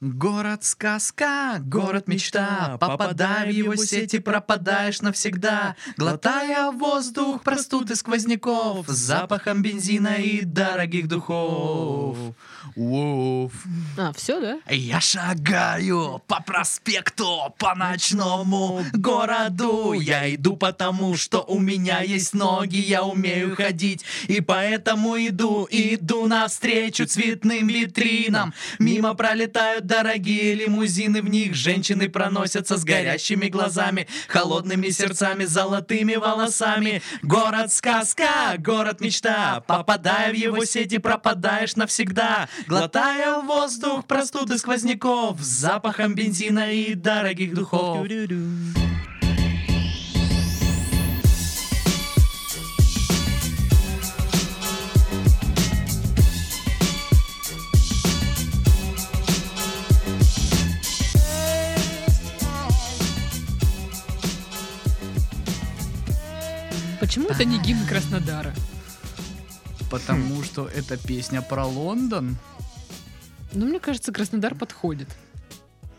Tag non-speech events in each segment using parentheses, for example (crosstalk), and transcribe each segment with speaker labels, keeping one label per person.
Speaker 1: Город сказка, город мечта, попадая в его сети, пропадаешь навсегда, глотая воздух простуд и сквозняков, с запахом бензина и дорогих духов. Уф.
Speaker 2: А, все, да?
Speaker 1: Я шагаю по проспекту, по ночному городу. Я иду потому, что у меня есть ноги, я умею ходить. И поэтому иду, иду навстречу цветным витринам. Мимо пролетают дорогие лимузины, в них женщины проносятся с горящими глазами, холодными сердцами, золотыми волосами. Город сказка, город мечта. Попадая в его сети, пропадаешь навсегда. Глотая воздух простуды сквозняков с запахом бензина и дорогих духов.
Speaker 2: Почему это не гимн Краснодара?
Speaker 1: Потому что это песня про Лондон.
Speaker 2: Ну, мне кажется, Краснодар подходит.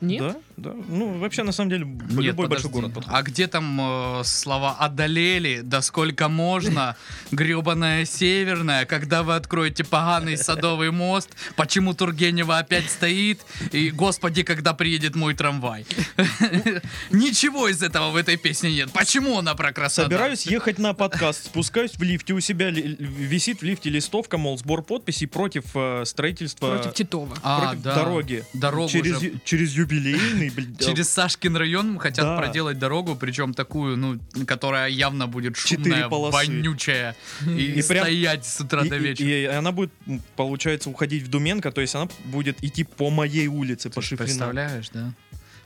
Speaker 2: Нет?
Speaker 3: Да, да. Ну, вообще, на самом деле, б-
Speaker 1: Нет,
Speaker 3: любой
Speaker 1: подожди.
Speaker 3: большой город подходит.
Speaker 1: А где там э, слова одолели, да сколько (laughs) можно, гребаная северная, когда вы откроете поганый садовый мост, почему Тургенева опять стоит, и господи, когда приедет мой трамвай. (laughs) Ничего из этого в этой песне нет. Почему она про красоту?
Speaker 3: Собираюсь ехать на подкаст, спускаюсь в лифте, у себя ли- л- висит в лифте листовка, мол, сбор подписей против э, строительства...
Speaker 2: Против Титова.
Speaker 3: против дороги.
Speaker 1: А, Дорогу
Speaker 3: через,
Speaker 1: уже
Speaker 3: ю- через юбилейный, блин, э,
Speaker 1: (laughs)
Speaker 3: да,
Speaker 1: Через Сашкин район хотят
Speaker 3: Да.
Speaker 1: проделать дорогу, причем такую, ну, которая явно будет
Speaker 3: Четыре
Speaker 1: шумная,
Speaker 3: полосы.
Speaker 1: вонючая, и,
Speaker 3: И прям-
Speaker 1: стоять с утра
Speaker 3: и,
Speaker 1: до
Speaker 3: и-
Speaker 1: вечера.
Speaker 3: и она будет, м, получается, уходить в Думенко, то есть она будет идти по моей улице, по Шифрину.
Speaker 1: Представляешь, да?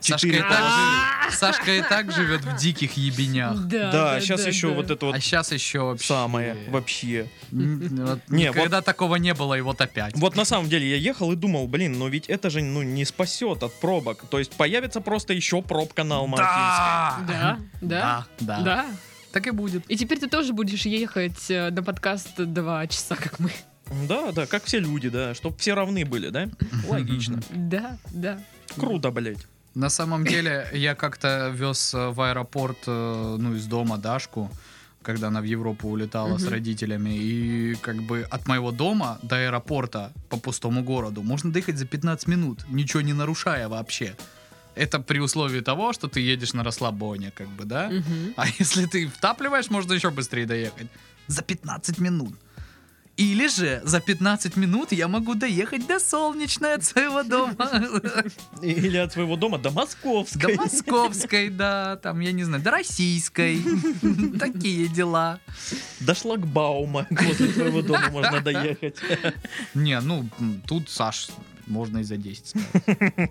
Speaker 1: Сашка
Speaker 3: Четыре
Speaker 1: и, так живет, Сашка и так живет в диких ебенях.
Speaker 2: Да,
Speaker 3: Да, сейчас еще
Speaker 2: да.
Speaker 3: вот это вот
Speaker 1: А сейчас еще вообще...
Speaker 3: самое вообще.
Speaker 1: Н- вот
Speaker 3: Не,
Speaker 1: Никогда такого не было, и вот опять.
Speaker 3: Вот на самом деле я ехал и думал, блин, но ведь это же ну не спасет от пробок. То есть появится просто еще пробка на Алматинск.
Speaker 2: Да, да,
Speaker 1: да, да.
Speaker 2: да.
Speaker 1: Так и будет.
Speaker 2: И теперь ты тоже будешь ехать э, на подкаст два часа,
Speaker 1: (laughs)
Speaker 2: как мы.
Speaker 3: Да, да, как все люди, да, чтобы все равны были, да? Логично.
Speaker 2: Да, да.
Speaker 3: Круто, блядь.
Speaker 1: На самом деле, я как-то вез э, в аэропорт, э, ну, из дома Дашку, когда она в Европу улетала с
Speaker 2: Мгм.
Speaker 1: родителями. И как бы от моего дома до аэропорта по пустому городу можно доехать за 15 минут, ничего не нарушая вообще. Это при условии того, что ты едешь на расслабоне, как бы, да?
Speaker 2: Мгм.
Speaker 1: А если ты втапливаешь, можно еще быстрее доехать. За 15 минут. Или же за 15 минут я могу доехать до Солнечной от своего дома.
Speaker 3: И- Или от своего дома
Speaker 1: До
Speaker 3: до Московской.
Speaker 1: московской, да, там, я не знаю, до
Speaker 2: (laughs)
Speaker 1: российской. Такие дела.
Speaker 3: До шлагбаума. Возле твоего дома можно доехать.
Speaker 1: Не, ну, м, тут, Саш, можно и за 10. сказать.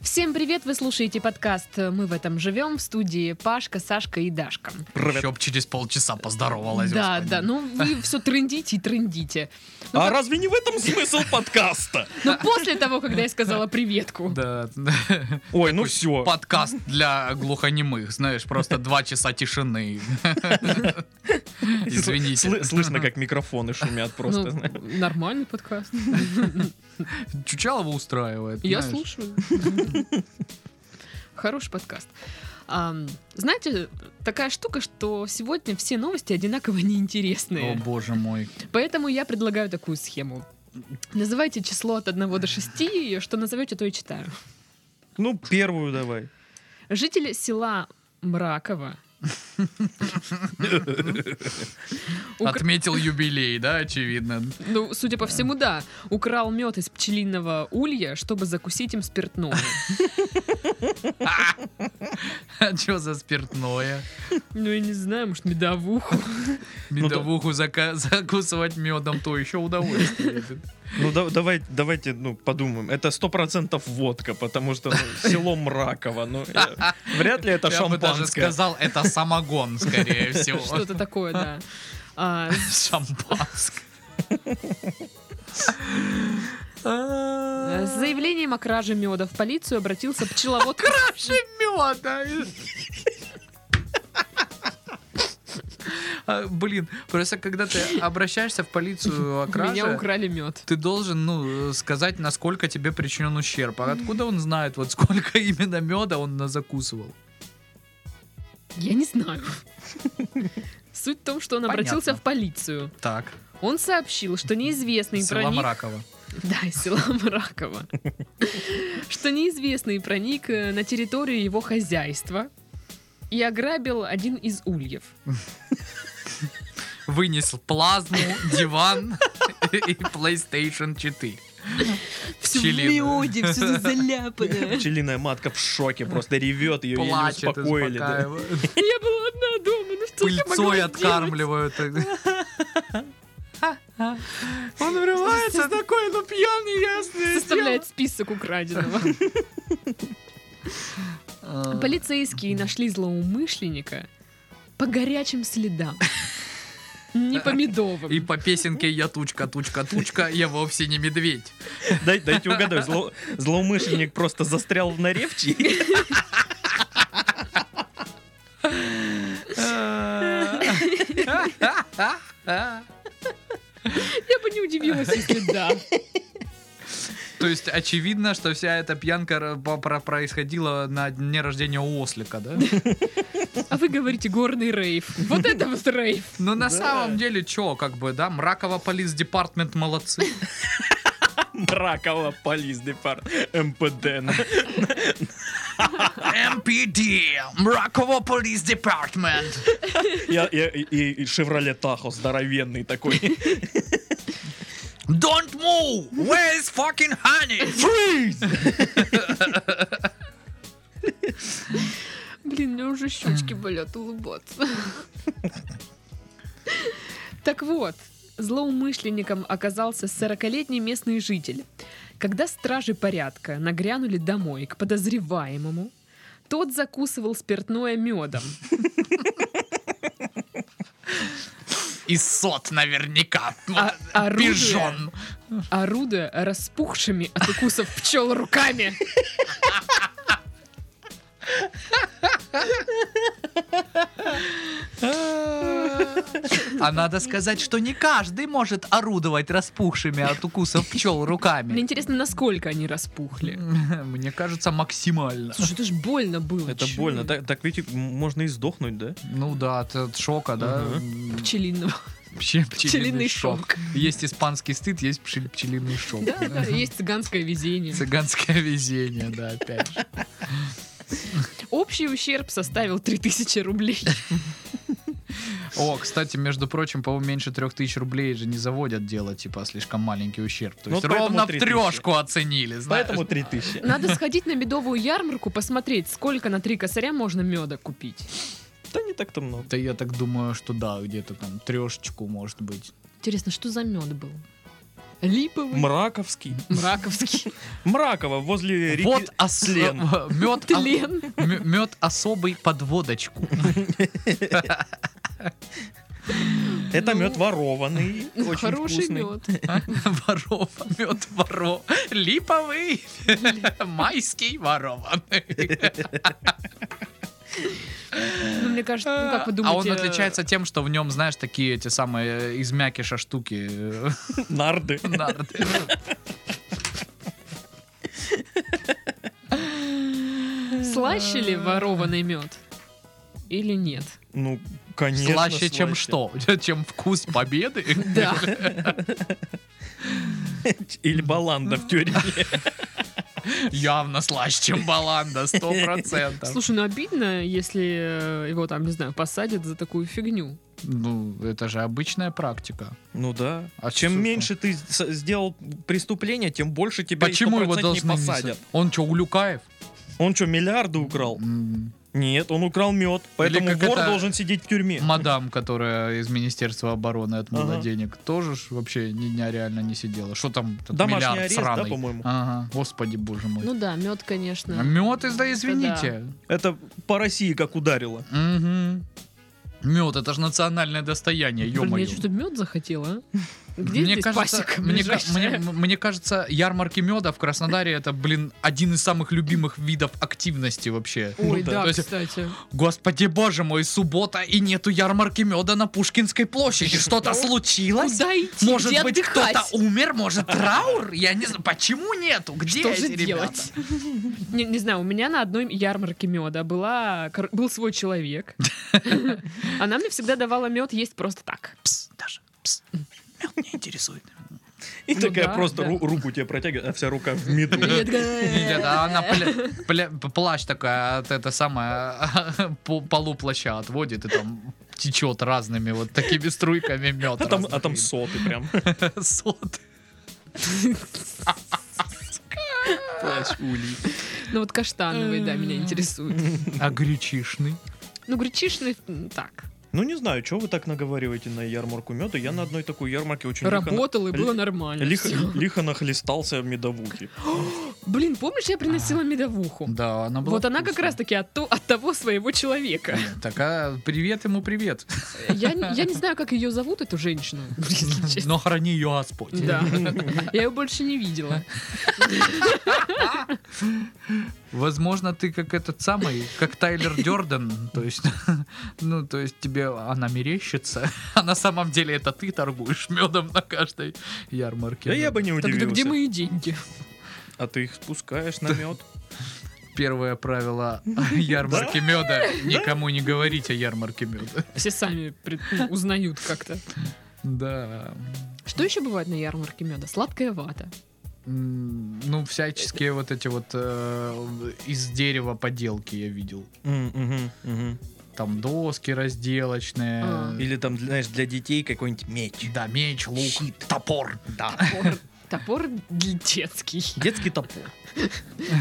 Speaker 2: Всем привет, вы слушаете подкаст «Мы в этом живем» в студии Пашка, Сашка и Дашка.
Speaker 3: Привет.
Speaker 1: Еще б через полчаса поздоровалась.
Speaker 2: да,
Speaker 1: господи.
Speaker 2: да, ну
Speaker 1: (laughs)
Speaker 2: вы все трындите и трындите. Ну,
Speaker 3: А
Speaker 2: как-
Speaker 3: разве не в этом смысл подкаста?
Speaker 2: Но после того, когда
Speaker 1: (laughs)
Speaker 2: я сказала приветку.
Speaker 1: Да, да.
Speaker 3: Ой, ну
Speaker 1: Такой
Speaker 3: все.
Speaker 1: Подкаст для глухонемых, знаешь, просто два часа тишины. Извините.
Speaker 3: Слышно, как микрофоны шумят
Speaker 2: Ну,
Speaker 3: просто.
Speaker 2: нормальный подкаст.
Speaker 1: Чучалова устраивает.
Speaker 2: Я
Speaker 1: знаешь. (laughs)
Speaker 2: слушаю. Хороший подкаст. Ам, знаете, такая штука, что сегодня все новости одинаково
Speaker 1: О,
Speaker 2: неинтересные.
Speaker 1: боже мой.
Speaker 2: Поэтому я предлагаю такую схему. Называйте число от 1 до 6, что назовете, то и читаю.
Speaker 3: Ну, первую давай.
Speaker 2: Жители села Мраково. Укра-
Speaker 1: Отметил юбилей, да, очевидно. (laughs)
Speaker 2: Ну, судя по всему, да. Украл мед из пчелиного улья, чтобы закусить им спиртное.
Speaker 1: Что А за спиртное?
Speaker 2: Ну, я не знаю,
Speaker 1: (laughs)
Speaker 2: может, медовуху.
Speaker 3: Ну да.
Speaker 1: Медовуху зака- закусывать медом, то еще удовольствие.
Speaker 3: Ну да- давай, давайте, ну подумаем. Это сто процентов водка, потому что ну, село Мраково. Ну э, вряд ли это
Speaker 1: Я бы даже
Speaker 3: шампанское.
Speaker 1: сказал, это самогон, скорее всего.
Speaker 2: Что-то такое, да. А,
Speaker 1: Шампанское.
Speaker 2: С заявлением о краже меда в полицию
Speaker 1: (laughs)
Speaker 2: обратился пчеловод...
Speaker 1: Меда. А, Блин, просто когда ты обращаешься в полицию о
Speaker 2: Меня
Speaker 1: краже,
Speaker 2: украли мед.
Speaker 1: ты должен, ну, сказать, насколько тебе причинен ущерб. А откуда он знает, вот сколько именно меда он назакусывал?
Speaker 2: Я не знаю. Суть в том, что он обратился
Speaker 1: Понятно.
Speaker 2: в полицию.
Speaker 1: Так,
Speaker 2: Он сообщил, что неизвестный
Speaker 1: села
Speaker 2: проник...
Speaker 1: Мракова.
Speaker 2: Да, из села Мракова. Что неизвестный проник э, на территорию его хозяйства и ограбил один из ульев.
Speaker 1: Вынес плазму, диван (laughs) и PlayStation 4.
Speaker 2: Всё
Speaker 1: Пчелиную.
Speaker 2: меде,
Speaker 1: (laughs)
Speaker 2: всё заляпано.
Speaker 3: Пчелиная матка в шоке, просто ревет, ее еле
Speaker 1: Плачет,
Speaker 3: успокоили. да.
Speaker 1: успокаивает.
Speaker 2: Я была одна дома, ну что я могла
Speaker 1: Пыльцой
Speaker 2: сделать?
Speaker 1: откармливают. Он врывается такой, ну пьяный, ясный.
Speaker 2: Составляет список украденного. А. Полицейские нашли злоумышленника по горячим следам. Не по медовым.
Speaker 1: И по песенке «Я тучка, тучка, тучка, я вовсе не медведь». (laughs)
Speaker 3: Дай- Дайте угадаю, зло- злоумышленник просто застрял в наревчи.
Speaker 1: То
Speaker 2: Я бы не удивилась, если да.
Speaker 1: есть очевидно, что вся эта пьянка ра- по- про- происходила на дне рождения у ослика, да?
Speaker 2: А вы говорите горный рейв. Вот это вот рейв.
Speaker 1: Но Ну, на
Speaker 3: Да.
Speaker 1: самом деле, чё, как бы, да, Мракова полис департмент молодцы.
Speaker 3: Мракова, полис, департ, МПД.
Speaker 1: МПД, Мракова полис департмент.
Speaker 3: Я- я- И и Шевроле Тахо здоровенный такой.
Speaker 1: Don't move! Where is fucking honey?
Speaker 3: Freeze!
Speaker 2: Блин, у меня уже щечки болят улыбаться. Так вот, злоумышленником оказался 40-летний местный житель. Когда стражи порядка нагрянули домой к подозреваемому, тот закусывал спиртное медом.
Speaker 1: Из сот наверняка.
Speaker 2: А- орудие-
Speaker 1: Пижон.
Speaker 2: орудуя распухшими от укусов пчел руками.
Speaker 1: А надо сказать, что не каждый может орудовать распухшими от укусов пчел
Speaker 2: Мне
Speaker 1: руками.
Speaker 2: интересно, насколько они распухли.
Speaker 1: Мне кажется, максимально.
Speaker 2: Слушай, это ж больно было.
Speaker 3: Это
Speaker 2: чё?
Speaker 3: больно. Так так ведь и можно и сдохнуть, да?
Speaker 1: Ну да, от, от шока, да. М,
Speaker 2: Пчелиного.
Speaker 1: пче-
Speaker 2: пчелиный шок.
Speaker 1: Есть испанский стыд, есть пчел- пчелиный шок.
Speaker 2: Да, да, есть цыганское
Speaker 1: (laughs)
Speaker 2: везение.
Speaker 1: Цыганское везение, да, опять же.
Speaker 2: Общий ущерб составил 3000 рублей.
Speaker 1: О, кстати, между прочим, по-моему, меньше 3000 рублей же не заводят дело, типа, слишком маленький ущерб. То
Speaker 3: Ну,
Speaker 1: есть
Speaker 3: вот поэтому
Speaker 1: ровно в
Speaker 3: 3000.
Speaker 1: трешку оценили, знаешь.
Speaker 3: Поэтому 3000.
Speaker 2: Надо сходить на медовую ярмарку, посмотреть, сколько на три косаря можно меда купить.
Speaker 3: Да не так-то много.
Speaker 1: Да я так думаю, что да, где-то там трешечку, может быть.
Speaker 2: Интересно, что за мед был? Липовый,
Speaker 3: Мраковский.
Speaker 1: (laughs)
Speaker 2: мраковский,
Speaker 3: Мракова возле реки.
Speaker 1: вот ос- (laughs)
Speaker 3: Слен.
Speaker 1: э, мед, о-
Speaker 2: тлен.
Speaker 1: м- мед особый под
Speaker 2: (laughs)
Speaker 1: водочку.
Speaker 3: Это
Speaker 2: ну.
Speaker 3: мед ворованный. Очень
Speaker 2: Хороший
Speaker 3: вкусный.
Speaker 2: мед.
Speaker 1: Воров, мед воро. Липовый, (laughs) майский ворованный.
Speaker 2: Ну, мне кажется, ну как вы
Speaker 1: а
Speaker 2: думаете...
Speaker 1: он отличается тем, что в нем, знаешь, такие эти самые из мякиша штуки. э,
Speaker 3: Нарды.
Speaker 1: нарды.
Speaker 2: Слаще ли ворованный мед? Или нет?
Speaker 3: Ну, конечно.
Speaker 1: Слаще, чем что? (laughs) Чем вкус
Speaker 3: (laughs)
Speaker 1: победы?
Speaker 2: Да.
Speaker 3: Или баланда в тюрьме.
Speaker 1: Явно слаще, чем баланда, сто процентов.
Speaker 2: Слушай, ну обидно, если э, его там, не знаю, посадят за такую фигню.
Speaker 1: Ну, это же обычная практика.
Speaker 3: Ну да.
Speaker 1: А
Speaker 3: чем
Speaker 1: что?
Speaker 3: меньше ты с- сделал преступление, тем больше тебя и
Speaker 1: Почему его
Speaker 3: 100%
Speaker 1: должны
Speaker 3: не
Speaker 1: не
Speaker 3: посадят.
Speaker 1: сад- Он что, Улюкаев?
Speaker 3: Он что, миллиарды украл?
Speaker 1: М,
Speaker 3: Нет, он украл мед. Поэтому
Speaker 1: как
Speaker 3: вор
Speaker 1: это-
Speaker 3: должен сидеть в тюрьме.
Speaker 1: Мадам, которая из Министерства обороны отмыла
Speaker 3: Ага.
Speaker 1: денег, тоже ж вообще ни дня реально не сидела. Что там, этот
Speaker 3: Домашний
Speaker 1: миллиард
Speaker 3: арест,
Speaker 1: сраный?
Speaker 3: да, по-моему?
Speaker 1: Ага, господи, боже мой.
Speaker 2: Ну да, мед, конечно.
Speaker 1: А Мед, да, извините.
Speaker 3: Это по России как ударило.
Speaker 1: Мед, это же национальное достояние,
Speaker 2: Блин,
Speaker 1: ё-моё.
Speaker 2: я что-то мед захотела, а? Где
Speaker 1: мне,
Speaker 2: здесь
Speaker 1: кажется,
Speaker 2: пасека
Speaker 1: мне, ка- мне-
Speaker 2: ближайшая?
Speaker 1: м- мне кажется, ярмарки меда в Краснодаре это, блин, один из самых любимых видов активности вообще.
Speaker 2: Ой,
Speaker 3: Ну да.
Speaker 2: да,
Speaker 1: То есть-
Speaker 2: кстати.
Speaker 1: Господи боже мой, суббота и нету ярмарки меда на Пушкинской площади. Что-то
Speaker 2: Что?
Speaker 1: случилось?
Speaker 2: Куда идти?
Speaker 1: Может
Speaker 2: Где
Speaker 1: быть,
Speaker 2: отдыхать?
Speaker 1: кто-то умер, может, траур? Я не знаю, почему нету? Где
Speaker 2: Что
Speaker 1: эти
Speaker 2: же
Speaker 1: ребята?
Speaker 2: делать? (laughs) Не, не знаю, у меня на одной ярмарке меда была, кор- был свой человек. Она мне всегда давала мед есть просто так.
Speaker 1: Пс, Даша, пс, мед не интересует.
Speaker 3: И
Speaker 2: Ну
Speaker 3: такая
Speaker 2: да,
Speaker 3: просто
Speaker 2: да.
Speaker 3: ру- руку тебе протягивает, а вся рука в меду.
Speaker 1: Нет, а она пля- пля- плащ такая, от это самое, (laughs) по- полу плаща отводит и там течет разными вот такими струйками мед.
Speaker 3: А там, а там соты прям.
Speaker 1: сот.
Speaker 3: Плащ улей.
Speaker 2: Ну вот каштановые, да, меня интересуют.
Speaker 1: А гречишный?
Speaker 2: Ну, гречишный, м, так.
Speaker 3: Ну не знаю, что вы так наговариваете на ярмарку меда. Я на одной такой ярмарке очень лихо на-
Speaker 2: Работал, и было
Speaker 3: ли- (laughs)
Speaker 2: нормально.
Speaker 3: Лихо,
Speaker 2: всё.
Speaker 3: лихо нахлестался в медовухе.
Speaker 2: Блин, помнишь, я приносила медовуху?
Speaker 1: Да, она была
Speaker 2: Вот она как
Speaker 1: вкусная.
Speaker 2: раз-таки от, то- от того
Speaker 1: (laughs)
Speaker 2: своего человека.
Speaker 1: Так, а привет ему привет.
Speaker 2: Я, не- я не знаю, как ее зовут, эту женщину, (laughs) если честно.
Speaker 1: Но храни ее Господь.
Speaker 2: Да. Я ее больше не видела.
Speaker 1: Возможно, ты как этот самый, как Тайлер Дерден, то есть, ну, то есть тебе она мерещится, а на самом деле это ты торгуешь медом на каждой ярмарке.
Speaker 3: Да я бы не
Speaker 2: Тогда
Speaker 3: удивился.
Speaker 2: где мои деньги?
Speaker 3: А ты их спускаешь на мед? (laughs)
Speaker 1: Первое правило ярмарки меда – никому не говорить о ярмарке меда.
Speaker 2: Все сами пред- ну, узнают как-то.
Speaker 1: Да.
Speaker 2: Что еще бывает на ярмарке меда? Сладкая вата.
Speaker 1: М, Ну, всяческие вот эти вот э, из дерева поделки я видел. Там доски разделочные.
Speaker 2: А.
Speaker 1: Или-
Speaker 3: (laughs) Или там, знаешь, для детей какой-нибудь меч.
Speaker 1: Да, меч, лук,
Speaker 3: Щит.
Speaker 1: топор.
Speaker 3: Да.
Speaker 2: (laughs) Топор- Топор детский.
Speaker 3: Детский топор.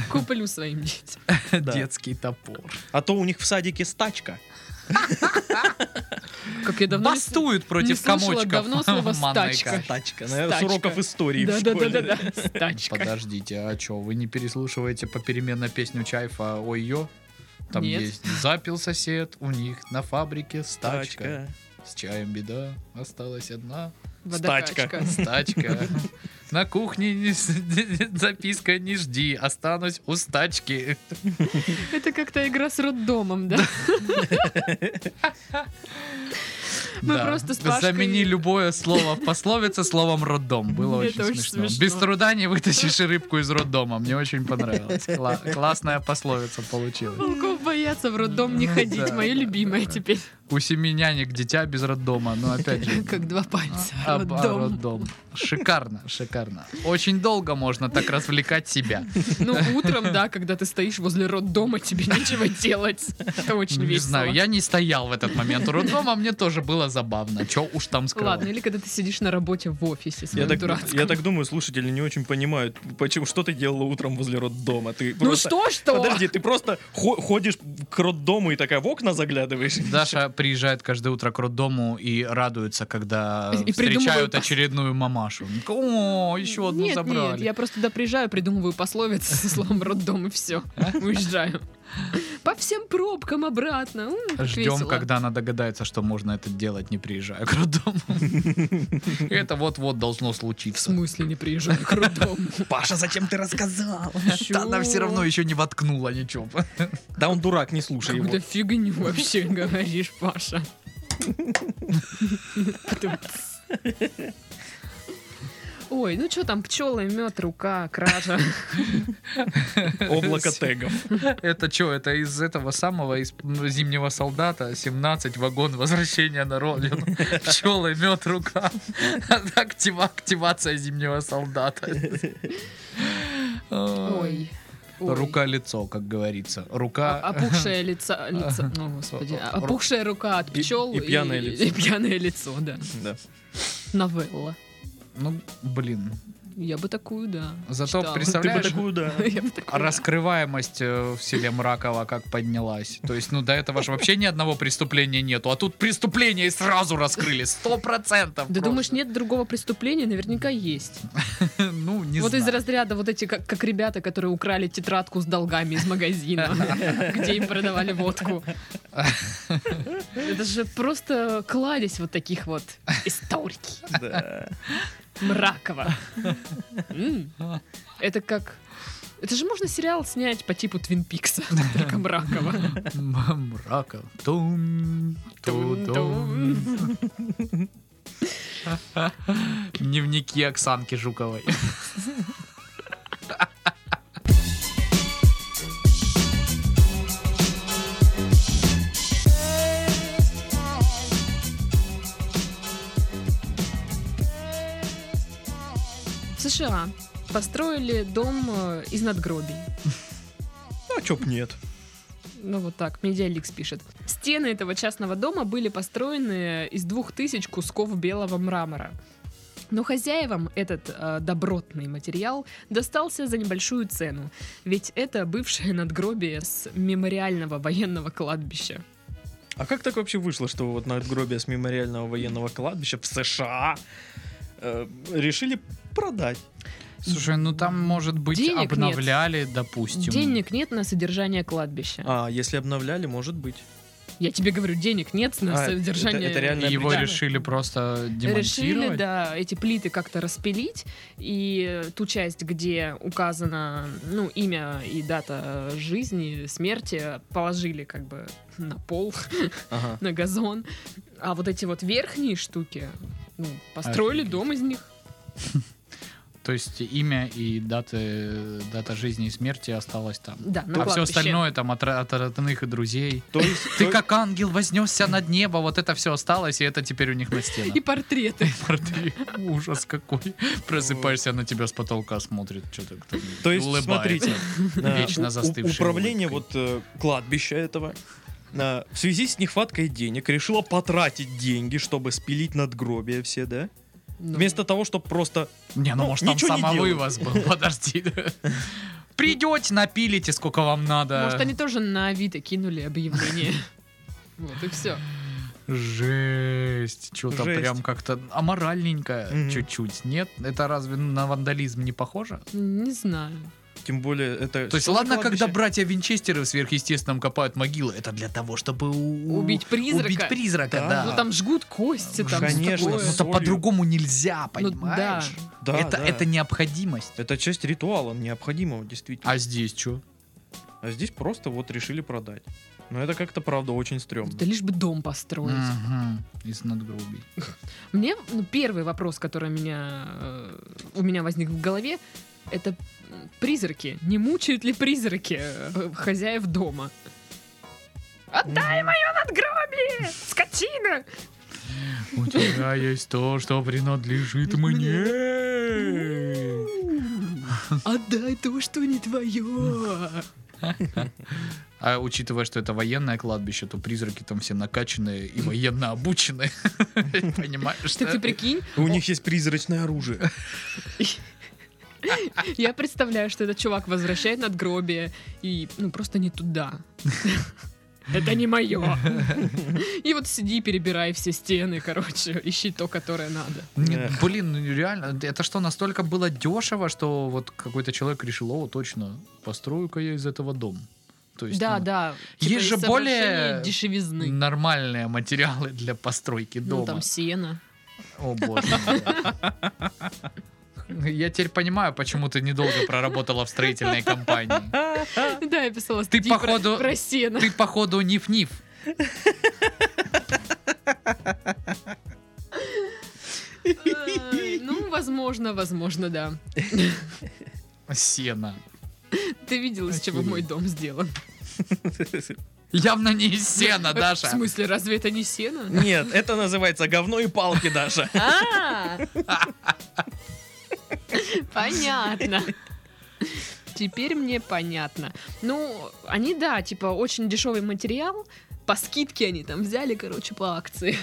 Speaker 2: Куплю своим детям.
Speaker 1: Детский топор.
Speaker 3: А то у них в садике стачка.
Speaker 2: Как я давно... не с-
Speaker 1: Бастуют
Speaker 2: не
Speaker 1: против
Speaker 2: слышала
Speaker 1: комочков. (laughs)
Speaker 2: давно слово
Speaker 1: манной
Speaker 2: «стачка».
Speaker 1: каши.
Speaker 3: Стачка. Наверное, с
Speaker 2: Стачка.
Speaker 3: уроков истории в школе.
Speaker 2: Да-да-да-да-да. Стачка.
Speaker 1: Подождите, а чё, вы не переслушиваете попеременно песню Чайфа «Ой-ё»? Там
Speaker 2: Нет.
Speaker 1: есть «Запил сосед, у них на фабрике стачка,
Speaker 3: Стачка.
Speaker 1: с чаем беда, осталась одна
Speaker 2: Водокачка.
Speaker 1: стачка». На кухне не с- записка «Не жди, останусь у стачки».
Speaker 2: Это как-то игра с роддомом, да? Мы
Speaker 1: Да.
Speaker 2: просто с Пашкой-
Speaker 1: Замени любое слово пословица словом роддом. Было очень
Speaker 2: Это очень
Speaker 1: смешно.
Speaker 2: смешно.
Speaker 1: Без труда не вытащишь и рыбку из роддома. Мне очень понравилось. Кла- Классная пословица получилась.
Speaker 2: Волков боятся в роддом не
Speaker 1: Ну
Speaker 2: ходить.
Speaker 1: да,
Speaker 2: Моя
Speaker 1: да,
Speaker 2: любимая
Speaker 1: да.
Speaker 2: теперь.
Speaker 1: У семи нянек дитя без роддома. Но опять же,
Speaker 2: Как два пальца.
Speaker 1: а- а-
Speaker 2: Роддом.
Speaker 1: роддом. Шикарно, шикарно. Очень долго можно так развлекать себя.
Speaker 2: Ну, утром, да, когда ты стоишь возле роддома, тебе нечего делать. Это очень
Speaker 1: Не
Speaker 2: весело.
Speaker 1: знаю, я не стоял в этот момент у роддома, мне тоже было забавно. Че уж там
Speaker 2: Ладно,
Speaker 1: скрывать.
Speaker 2: или когда ты сидишь на работе в офисе
Speaker 3: Я
Speaker 2: своим
Speaker 3: так,
Speaker 2: дурацком.
Speaker 3: я так думаю, слушатели не очень понимают, почему, что ты делала утром возле роддома. Ты
Speaker 2: Ну
Speaker 3: просто-
Speaker 2: что, что?
Speaker 3: Подожди, ты просто хо- ходишь к роддому и такая в окна заглядываешь.
Speaker 1: Даша приезжает каждое утро к роддому и радуется, когда
Speaker 2: И придумывает
Speaker 1: встречают
Speaker 2: пос-
Speaker 1: очередную мамашу. О, еще одну
Speaker 2: нет,
Speaker 1: забрали.
Speaker 2: нет, я просто туда приезжаю, придумываю пословицы со словом роддом и все. Уезжаю. По всем пробкам обратно. М, как
Speaker 1: Ждем,
Speaker 2: весело.
Speaker 1: когда она догадается, что можно это делать, не приезжая к (laughs) роддому. Это вот-вот должно
Speaker 2: В
Speaker 1: случиться.
Speaker 2: смысле не приезжаю к роддому?
Speaker 4: Паша, зачем ты рассказал?
Speaker 1: Да она все равно еще не воткнула ничего.
Speaker 3: Да он дурак,
Speaker 2: (laughs)
Speaker 3: не слушай его.
Speaker 2: Какую-то фигню вообще говоришь, Паша. Ой, ну что там, пчелы, мед, рука, кража.
Speaker 3: Облако тегов.
Speaker 1: Это что, это из этого самого, из м, зимнего солдата, 17 вагон возвращения на (laughs) родину, пчелы, мед, рука, (laughs) Актива- активация зимнего солдата.
Speaker 2: Ой. ой. А,
Speaker 1: Рука, лицо, как говорится. Рука.
Speaker 2: О- Опухшее лицо, лицо, ну, господи,
Speaker 1: Ру-
Speaker 2: опухшее рука от
Speaker 3: И-
Speaker 2: пчел
Speaker 3: и пьяное лицо.
Speaker 2: и пьяное лицо, да.
Speaker 3: Да.
Speaker 2: Новелла.
Speaker 1: Ну, блин.
Speaker 2: Я бы такую, да.
Speaker 1: Зато
Speaker 2: читала.
Speaker 3: Ты бы
Speaker 1: представляешь,
Speaker 3: такую, да.
Speaker 2: (laughs) Я бы
Speaker 1: А
Speaker 2: такую, да.
Speaker 1: раскрываемость э, в селе Мракова как поднялась. То есть, ну, до этого же вообще ни одного преступления нету, а тут преступление и сразу раскрыли, сто процентов.
Speaker 2: Ты думаешь, нет другого преступления? Наверняка есть.
Speaker 1: (laughs) Ну, не
Speaker 2: вот из
Speaker 1: знаю.
Speaker 2: разряда вот эти, как, как ребята, которые украли тетрадку с долгами из магазина, (laughs) где им продавали водку. Это же просто кладезь вот таких вот историй.
Speaker 3: Да.
Speaker 2: Мракова. М. Это как... Это же можно сериал снять по типу Твин Пикса, (laughs) только Мракова.
Speaker 1: М- Мраков. Тум, ту- тум.
Speaker 2: Тун-тун.
Speaker 1: Дневники Оксанки Жуковой.
Speaker 2: В США построили дом э, из надгробий.
Speaker 3: А чё б нет?
Speaker 2: Ну вот так, Медиаликс пишет. Стены этого частного дома были построены из двух тысяч кусков белого мрамора. Но хозяевам этот э, добротный материал достался за небольшую цену, ведь это бывшее надгробие с мемориального военного кладбища.
Speaker 3: А как так вообще вышло, что вот надгробие с мемориального военного кладбища в США э, решили продать?
Speaker 1: Слушай, ну там, может быть,
Speaker 2: Денег нет.
Speaker 1: обновляли, допустим.
Speaker 2: Денег нет на содержание кладбища.
Speaker 3: А, если обновляли, может быть.
Speaker 2: Я тебе говорю, денег нет на
Speaker 3: А, это-
Speaker 2: содержание.
Speaker 3: это реально
Speaker 1: И Его
Speaker 3: Да.
Speaker 1: решили просто
Speaker 2: Решили,
Speaker 1: демонтировать.
Speaker 2: да, эти плиты как-то распилить, и ту часть, где указано, ну, имя и дата э, жизни, смерти, положили как бы на пол, (laughs)
Speaker 3: Ага.
Speaker 2: на газон. А вот эти вот верхние штуки, ну, построили
Speaker 1: Офигеть.
Speaker 2: дом из них.
Speaker 1: То есть имя и даты, дата жизни и смерти осталось там.
Speaker 2: Да, на
Speaker 1: а все
Speaker 2: кладбище.
Speaker 1: остальное там от, ро- от родных и друзей.
Speaker 3: То есть...
Speaker 1: Ты
Speaker 3: то-
Speaker 1: как ангел вознесся над небо, вот это все осталось, и это теперь у них на стенах.
Speaker 2: (laughs) И портреты.
Speaker 1: Смотри, Ужас какой. Просыпаешься, на тебя с потолка смотрит. Что-то кто
Speaker 3: То есть, смотрите, э,
Speaker 1: Вечно
Speaker 3: у- у-
Speaker 1: застывшей
Speaker 3: Управление вот
Speaker 1: улыбкой.
Speaker 3: э, кладбища этого э, в связи с нехваткой денег решило потратить деньги, чтобы спилить надгробия все, да?
Speaker 2: Ну,
Speaker 3: Вместо того, чтобы просто...
Speaker 1: Не, ну
Speaker 3: Ну,
Speaker 1: может там
Speaker 3: ничего не
Speaker 1: самовывоз был, подожди. Придете, напилите, сколько вам
Speaker 2: Может,
Speaker 1: надо.
Speaker 2: они тоже на Авито кинули объявление.
Speaker 1: (laughs)
Speaker 2: Вот и все.
Speaker 1: Жесть. Что-то
Speaker 3: Жесть.
Speaker 1: прям как-то аморальненько
Speaker 3: Мгм.
Speaker 1: чуть-чуть. Нет? Это разве на вандализм не похоже?
Speaker 2: Не знаю.
Speaker 3: Тем более это...
Speaker 1: То есть,
Speaker 3: что за
Speaker 1: ладно, когда
Speaker 3: кладбище?
Speaker 1: братья Винчестеры в сверхъестественном копают могилы, это для того, чтобы у-
Speaker 2: Убить призрака.
Speaker 1: Ну, Убить призрака,
Speaker 3: Да.
Speaker 1: да.
Speaker 2: Ну, там жгут кости, там всё
Speaker 3: Конечно,
Speaker 2: такое.
Speaker 1: Ну, то
Speaker 3: солью.
Speaker 1: по-другому нельзя,
Speaker 2: Ну,
Speaker 1: понимаешь?
Speaker 2: да.
Speaker 3: Да,
Speaker 1: это,
Speaker 3: да.
Speaker 1: это необходимость.
Speaker 3: Это часть ритуала необходимого, действительно.
Speaker 1: А здесь что?
Speaker 3: А здесь просто вот решили продать. Но это как-то, правда, очень стрёмно.
Speaker 2: Да лишь бы дом построить.
Speaker 1: Из надгробий.
Speaker 2: Мне ну, первый вопрос, который меня, э, у меня возник в голове, это м, призраки. Не мучают ли призраки э, хозяев дома? Отдай мое надгробие, скотина!
Speaker 1: У тебя есть то, что принадлежит
Speaker 3: ну,
Speaker 1: мне.
Speaker 2: Отдай то, что не твое.
Speaker 1: А учитывая, что это военное кладбище, то призраки там все накачанные и военно обученные. (laughs) Понимаешь?
Speaker 2: Так ты
Speaker 1: да?
Speaker 2: прикинь,
Speaker 3: У них есть призрачное оружие.
Speaker 2: я представляю, что этот чувак возвращает надгробие и ну просто не туда. Это не мое. И вот сиди, перебирай все стены, короче, ищи то, которое надо.
Speaker 1: Нет,
Speaker 3: Эх.
Speaker 1: блин, ну реально, это что, настолько было дешево, что вот какой-то человек решил, о, точно, построю-ка я из этого дом. То есть,
Speaker 2: Да,
Speaker 1: ну,
Speaker 2: да. Типа
Speaker 1: Есть
Speaker 2: из
Speaker 1: же более-
Speaker 2: соображений дешевизны.
Speaker 1: нормальные материалы для постройки дома.
Speaker 2: Ну, там сена.
Speaker 1: О, боже. мой. (laughs) Я теперь понимаю, почему ты недолго проработала в строительной компании.
Speaker 2: Да, я писала
Speaker 1: А? Ты,
Speaker 2: статьи про-
Speaker 1: походу-
Speaker 2: про
Speaker 1: (laughs)
Speaker 2: сено.
Speaker 1: Ты, походу, ниф-ниф.
Speaker 2: Э, Ну, возможно, возможно, да.
Speaker 1: Сена.
Speaker 2: Ты видел, из чего
Speaker 1: Охереть.
Speaker 2: мой дом сделан.
Speaker 1: Явно не из сена,
Speaker 2: В
Speaker 1: Даша.
Speaker 2: смысле, разве это не сено?
Speaker 3: (laughs) Нет, это называется говно и палки, (laughs) Даша.
Speaker 2: А! Понятно. Теперь мне понятно. Ну, они, да, типа, очень дешевый материал. По скидке они там взяли, короче, по акции.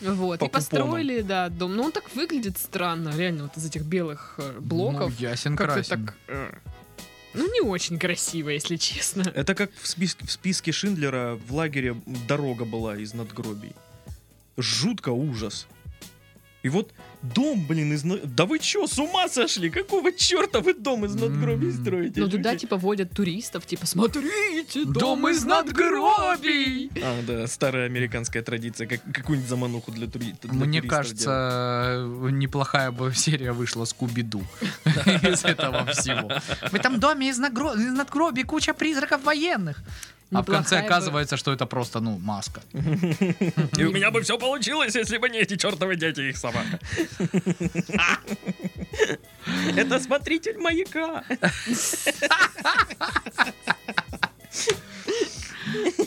Speaker 2: Вот,
Speaker 3: По
Speaker 2: и
Speaker 3: купонам.
Speaker 2: построили, да, дом. Но он так выглядит странно, реально, вот из этих белых э, блоков.
Speaker 1: Ну, ясен
Speaker 2: Как-то
Speaker 1: красен.
Speaker 2: так... э, Ну, не очень красиво, если честно.
Speaker 3: Это как в списке, в списке Шиндлера в лагере дорога была из надгробий. Жутко ужас. И вот дом, блин, из... на- Да вы чё, с ума сошли? Какого черта вы дом из надгробий
Speaker 1: М.
Speaker 3: строите?
Speaker 2: Но туда,
Speaker 3: люди?
Speaker 2: типа, водят туристов, типа, смотрите, дом,
Speaker 1: Дом
Speaker 2: из
Speaker 1: из
Speaker 2: надгробий!
Speaker 3: А, да, старая американская традиция, как, какую-нибудь замануху для, тури... для
Speaker 1: Мне
Speaker 3: туристов
Speaker 1: кажется, неплохая бы серия вышла с (laughs) Кубиду из этого всего. В этом доме из, нагро- из надгробий куча призраков военных. А в конце
Speaker 2: Неплохая бы-
Speaker 1: оказывается, что это просто, ну, маска.
Speaker 3: делать. И у меня бы все получилось, если бы не эти чертовы дети и их (laughs) собака. Это смотритель маяка.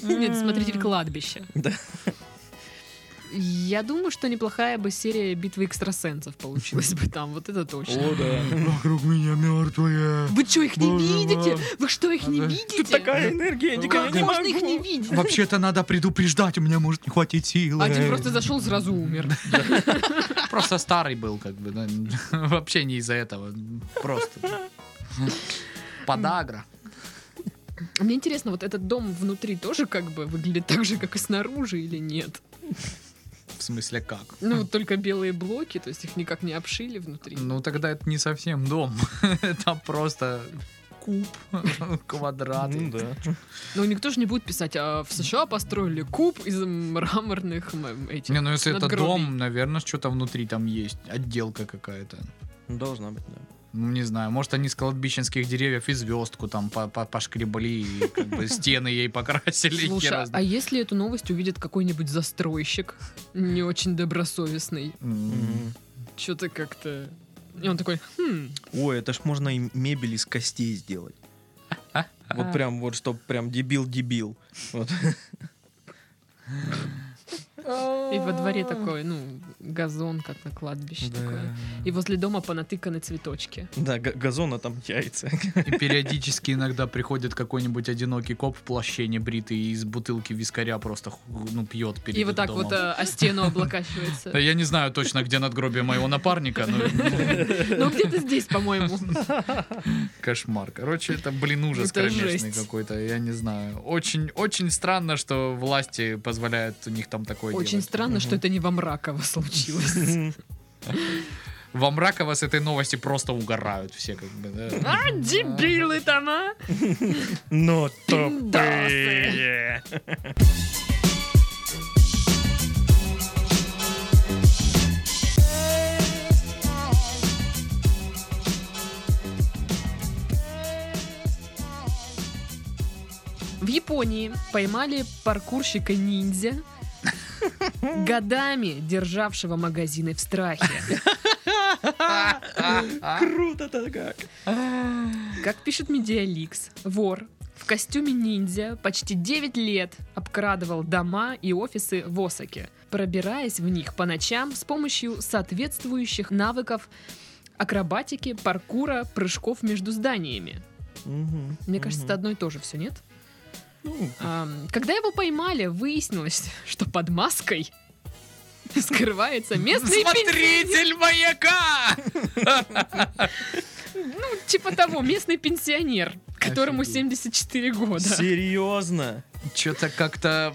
Speaker 2: Нет, смотритель кладбища.
Speaker 3: Да.
Speaker 2: Я думаю, что неплохая бы серия битвы экстрасенсов получилась бы там, вот это точно.
Speaker 3: О, да.
Speaker 1: Вокруг меня мертвые.
Speaker 2: Вы что, их не
Speaker 1: Боже
Speaker 2: видите?
Speaker 1: мой.
Speaker 2: Вы что, их не
Speaker 1: Ага.
Speaker 2: видите?
Speaker 3: Тут такая энергия, я никогда
Speaker 2: Как
Speaker 3: не
Speaker 2: можно их не
Speaker 3: могу.
Speaker 2: видеть?
Speaker 1: Вообще-то надо предупреждать, у меня может не хватить силы.
Speaker 2: Один просто зашел, сразу умер.
Speaker 1: Просто старый был, как бы, да, (laughs) вообще не из-за этого, просто. Подагра.
Speaker 2: Мне интересно, вот этот дом внутри тоже как бы выглядит так же, как и снаружи или нет?
Speaker 1: В смысле как?
Speaker 2: Ну, вот только белые блоки, то есть их никак не обшили внутри.
Speaker 1: Ну тогда это не совсем дом, (laughs) это просто куб, (laughs) квадрат.
Speaker 3: Ну да.
Speaker 2: Ну, никто же не будет писать, а в США построили куб из мраморных м, этих.
Speaker 1: Не, ну если это
Speaker 2: надгробий».
Speaker 1: дом, наверное, что-то внутри там есть, отделка какая-то.
Speaker 3: Должна быть, да.
Speaker 1: Ну, не знаю, может, они с кладбищенских деревьев и звездку там по- по- пошкребли, и как бы (laughs) стены ей покрасили.
Speaker 2: Слушай,
Speaker 1: хера
Speaker 2: а
Speaker 1: знает.
Speaker 2: если эту новость увидит какой-нибудь застройщик, не очень добросовестный,
Speaker 1: М.
Speaker 2: что-то как-то... И он такой, хм,
Speaker 3: Ой, это ж можно и мебель из костей (laughs) сделать. Вот прям, вот чтоб прям дебил-дебил. Вот. (laughs)
Speaker 2: и во дворе такой, ну, газон, как на кладбище такое. И возле дома понатыканы цветочки.
Speaker 3: Да, га- газона там яйца. (laughs)
Speaker 1: И периодически иногда приходит какой-нибудь одинокий коп в плаще небритый и из бутылки вискаря просто ху- ну, пьет перед
Speaker 2: И вот
Speaker 1: их
Speaker 2: так
Speaker 1: домом.
Speaker 2: вот э, о стену облокачивается.
Speaker 1: Я не знаю точно, где надгробие моего напарника,
Speaker 2: (laughs)
Speaker 1: но
Speaker 2: Ну, где-то здесь, по-моему.
Speaker 1: кошмар. Короче, это, блин, ужас
Speaker 2: Это
Speaker 1: кромешный
Speaker 2: жесть.
Speaker 1: какой-то, я не знаю. Очень, очень странно, что власти позволяют у них там такое
Speaker 2: Очень
Speaker 1: делать.
Speaker 2: странно, что это не во Мраково
Speaker 1: (laughs)
Speaker 2: случилось.
Speaker 1: Во Мраково с этой новости просто угорают все, как бы,
Speaker 2: (laughs)
Speaker 1: да.
Speaker 2: А, дебилы там, а!
Speaker 3: Ну,
Speaker 2: Пиндосы.
Speaker 3: тупые.
Speaker 2: В Японии поймали паркурщика-ниндзя, годами державшего магазины в страхе.
Speaker 3: Круто-то как.
Speaker 2: Как пишет Медиаликс, вор в костюме ниндзя почти 9 лет обкрадывал дома и офисы в Осаке, пробираясь в них по ночам с помощью соответствующих навыков акробатики, паркура, прыжков между зданиями.
Speaker 3: Мгм,
Speaker 2: Мне кажется,
Speaker 3: мгм.
Speaker 2: это одно и то же все, нет?
Speaker 3: Ну,
Speaker 2: Ам, Когда его поймали, выяснилось, (laughs) что под маской (laughs) скрывается местный пенсионер.
Speaker 1: Смотритель маяка!
Speaker 2: Ну, типа того, местный пенсионер, которому
Speaker 1: Офигеть.
Speaker 2: 74 года.
Speaker 3: Серьезно?
Speaker 1: Что-то как-то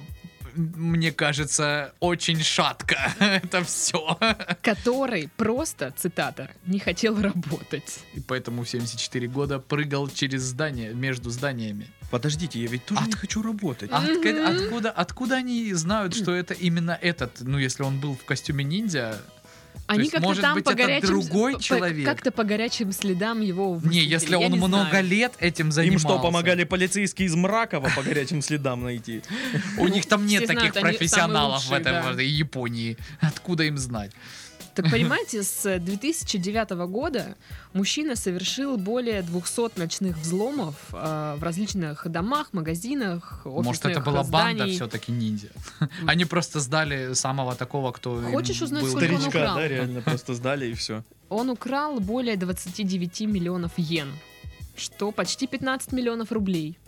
Speaker 1: мне кажется, очень шатко (laughs) это все.
Speaker 2: Который просто, цитата, не хотел работать.
Speaker 1: И поэтому в 74 года прыгал через здание, между зданиями.
Speaker 3: Подождите, я ведь тоже
Speaker 1: А
Speaker 3: не
Speaker 1: ты-
Speaker 3: хочу работать.
Speaker 1: А отк-
Speaker 2: Мгм.
Speaker 1: откуда, откуда они знают, что это именно этот, ну, если он был в костюме ниндзя?
Speaker 2: Они
Speaker 1: есть,
Speaker 2: как-то
Speaker 1: может
Speaker 2: там
Speaker 1: быть,
Speaker 2: по
Speaker 1: это
Speaker 2: горячим...
Speaker 1: другой
Speaker 2: по-
Speaker 1: человек?
Speaker 2: Как-то по горячим следам его
Speaker 1: Не,
Speaker 2: выследили,
Speaker 1: если
Speaker 2: я
Speaker 1: он
Speaker 2: не
Speaker 1: много
Speaker 2: знаю.
Speaker 1: лет этим
Speaker 3: Им
Speaker 1: занимался.
Speaker 3: что, помогали полицейские из Мракова по горячим следам найти?
Speaker 1: У них там нет
Speaker 2: Все
Speaker 1: таких
Speaker 2: знают, они самые
Speaker 1: профессионалов в
Speaker 2: лучшие,
Speaker 1: этом
Speaker 2: да.
Speaker 1: в этой Японии. Откуда им знать?
Speaker 2: Так понимаете, с 2009 года мужчина совершил более 200 ночных взломов э, в различных домах, магазинах, офисных
Speaker 1: Может, это была
Speaker 2: зданий.
Speaker 1: банда все-таки ниндзя. Они просто сдали самого такого, кто. им
Speaker 2: Хочешь узнать,
Speaker 1: был
Speaker 2: сколько он
Speaker 1: близок.
Speaker 2: украл?
Speaker 3: Старичка, да, реально, просто сдали и все.
Speaker 2: Он украл более 29 миллионов йен, что почти 15 миллионов рублей.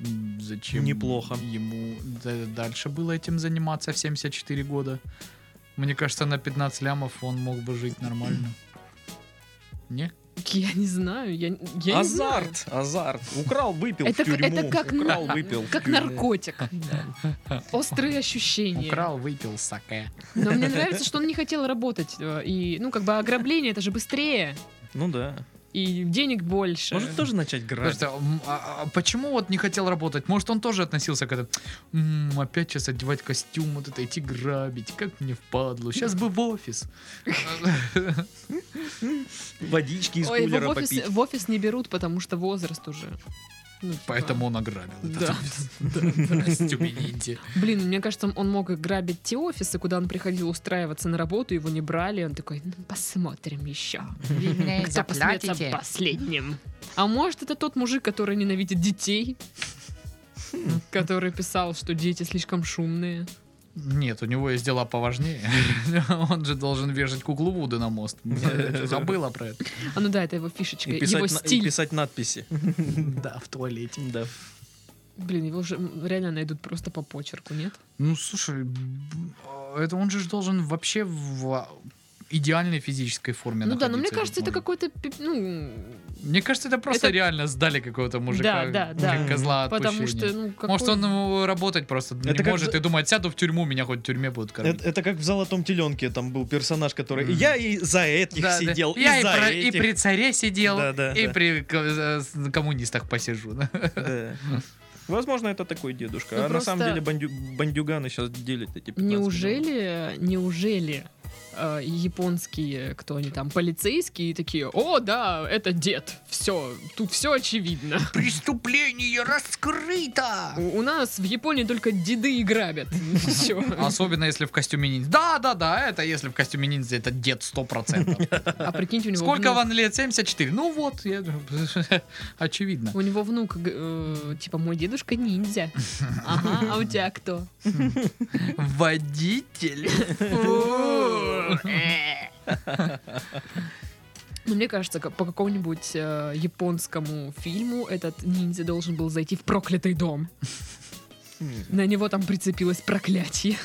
Speaker 1: М, Зачем?
Speaker 3: Неплохо.
Speaker 1: Ему д- дальше было этим заниматься в 74 года. Мне кажется, на 15 лямов он мог бы жить
Speaker 2: (clears throat)
Speaker 1: нормально. Не?
Speaker 2: Я не знаю, я, я не знаю.
Speaker 3: Азарт, азарт. Украл, выпил
Speaker 2: Это,
Speaker 3: в тюрьму.
Speaker 2: это как, на-
Speaker 3: украл, выпил. в
Speaker 2: как
Speaker 3: тюрьму. (laughs)
Speaker 2: наркотик. Острые ощущения.
Speaker 1: Украл, выпил, саке.
Speaker 2: Но мне нравится, что он не хотел работать. э, И, ну, как бы ограбление это же быстрее.
Speaker 3: Ну да.
Speaker 2: И денег больше.
Speaker 3: Может тоже начать грабить.
Speaker 1: Подожди, а, м, а- а почему вот не хотел работать? Может, он тоже относился к этому? «М, опять сейчас одевать костюм, вот это идти грабить, как мне впадло. Сейчас бы в
Speaker 2: (laughs)
Speaker 1: офис.
Speaker 3: Водички из
Speaker 2: Ой,
Speaker 3: кулера
Speaker 2: его в офис,
Speaker 3: попить.
Speaker 2: в офис не берут, потому что возраст уже. Ну, типа,
Speaker 1: Поэтому он ограбил. этот
Speaker 2: Да.
Speaker 1: офис. В костюме ниндзя.
Speaker 2: Блин, мне кажется, он мог и грабить те офисы, куда он приходил устраиваться на работу, его не брали. Он такой, ну, посмотрим еще.
Speaker 5: Вы меня
Speaker 2: Кто посмеется последним. А может, это тот мужик, который ненавидит детей? Который писал, что дети слишком шумные.
Speaker 1: Нет, у него есть дела поважнее. (laughs) Он же должен вешать куклу Вуду на мост.
Speaker 3: (laughs)
Speaker 1: Забыла про это.
Speaker 2: А ну да, это его фишечка,
Speaker 3: И писать,
Speaker 2: его
Speaker 3: на- и
Speaker 2: стиль.
Speaker 3: писать надписи.
Speaker 1: Да, в туалете.
Speaker 3: (laughs) Да.
Speaker 2: Блин, его же м, реально найдут просто по почерку, нет?
Speaker 1: Ну, слушай, б- а это он же ж должен вообще в а, идеальной физической форме
Speaker 2: ну да, но мне
Speaker 1: находиться,
Speaker 2: кажется, это
Speaker 1: этот мужик.
Speaker 2: какой-то, пи- ну,
Speaker 1: Мне кажется, это просто
Speaker 2: Это-
Speaker 1: реально сдали какого-то мужика.
Speaker 2: Да, да,
Speaker 1: как
Speaker 2: да.
Speaker 1: Козла
Speaker 2: потому
Speaker 1: отпущения.
Speaker 2: что, ну, какой...
Speaker 1: Может, он ему работать просто
Speaker 3: Это
Speaker 1: не
Speaker 3: как
Speaker 1: может
Speaker 3: за-
Speaker 1: и думает, сяду в тюрьму, меня хоть в тюрьме будут кормить.
Speaker 3: Это, это как в золотом теленке там был персонаж, который.
Speaker 1: Мгм.
Speaker 3: Я и за этих
Speaker 1: Да, да.
Speaker 3: сидел, и,
Speaker 1: Я и,
Speaker 3: за
Speaker 1: про- и
Speaker 3: этих.
Speaker 1: при царе сидел,
Speaker 3: Да, да,
Speaker 1: и
Speaker 3: да.
Speaker 1: при ко- э, с- коммунистах посижу.
Speaker 3: Да. Возможно, это такой дедушка.
Speaker 2: Ну,
Speaker 3: а на самом
Speaker 2: просто-
Speaker 3: деле бандю- бандюганы сейчас делят эти 15 миллионов.
Speaker 2: Неужели, неужели э, японские, кто они там, полицейские такие, о, да, это дед, все, тут все очевидно.
Speaker 1: Преступление раскрыто!
Speaker 2: У у нас в Японии только деды и грабят. (laughs) Всё.
Speaker 1: Особенно если в костюме ниндзя. Да, да, да, это если в костюме ниндзя, это дед
Speaker 2: (laughs)
Speaker 1: 100%.
Speaker 2: А прикиньте, у него
Speaker 1: Сколько
Speaker 2: внук-
Speaker 1: ван лет? 74. Ну вот, я- (laughs) очевидно.
Speaker 2: У него внук, г- э, типа, мой дедушка ниндзя. Ага, а у тебя кто? (laughs)
Speaker 1: Водитель.
Speaker 2: Ну, мне кажется, как- по какому-нибудь э, японскому фильму этот ниндзя должен был зайти в проклятый дом.
Speaker 3: Хм.
Speaker 2: На него там прицепилось проклятие.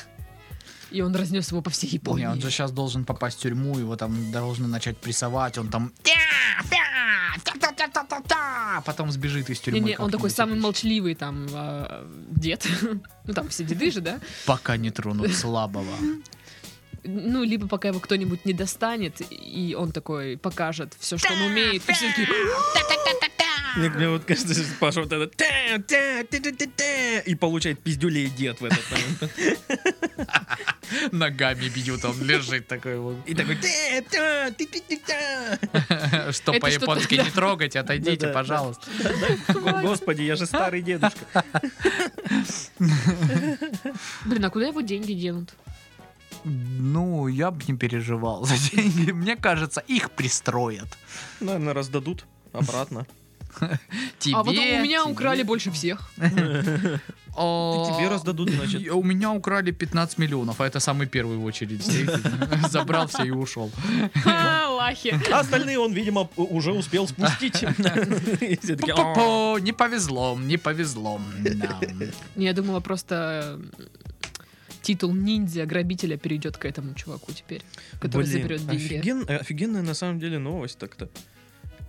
Speaker 2: И он разнес его по всей
Speaker 1: Не, а он
Speaker 2: Японии.
Speaker 1: же сейчас должен попасть в тюрьму, его там должны начать прессовать, он там... «Тя-тя-тя-тя-тя-тя-тя», Потом сбежит из тюрьмы.
Speaker 2: Не-не, он такой
Speaker 1: как-нибудь.
Speaker 2: самый молчаливый там э, дед. (laughs) Ну, там все деды же, да?
Speaker 1: Пока не
Speaker 2: (laughs)
Speaker 1: тронут слабого.
Speaker 2: Ну, либо пока его кто-нибудь не достанет, и он такой покажет все, что он умеет. И все такие,
Speaker 3: Мне, мне вот кажется, что Паша вот это «Та, та, та, та, та, та», и получает пиздюлей дед в этот момент.
Speaker 1: Ногами бьют, он лежит такой вот. (laughs)
Speaker 3: И такой «Та, та, ти, ти, ти, та».
Speaker 1: Что
Speaker 2: Это
Speaker 1: по-японски
Speaker 2: что-то,
Speaker 1: не трогать, отойдите,
Speaker 3: Да-да-да.
Speaker 1: пожалуйста.
Speaker 2: (gasps)
Speaker 3: Господи, я же старый дедушка.
Speaker 2: блин, а куда его деньги денут?
Speaker 1: Ну, я бы не переживал за деньги. (laughs) Мне кажется, их пристроят.
Speaker 3: Наверное, Ну, раздадут обратно.
Speaker 1: Тебе,
Speaker 2: А вот у меня
Speaker 1: тебе.
Speaker 2: украли больше всех.
Speaker 1: А,
Speaker 3: Тебе раздадут, значит.
Speaker 1: и У меня украли 15 миллионов, а это самый первый в
Speaker 2: (laughs)
Speaker 1: очередь. действительно. Забрался и ушел.
Speaker 2: (laughs) Ха, лахи.
Speaker 3: А остальные он, видимо, у- уже успел
Speaker 2: (laughs)
Speaker 3: спустить. И все такие, «А,
Speaker 1: Пу-пу-пу, не повезло, не повезло. Да.
Speaker 2: Не, Я думала, просто м, титул ниндзя грабителя перейдет к этому чуваку теперь, который
Speaker 3: блин,
Speaker 2: заберет деньги.
Speaker 3: офиген- Офигенная на самом деле новость так-то.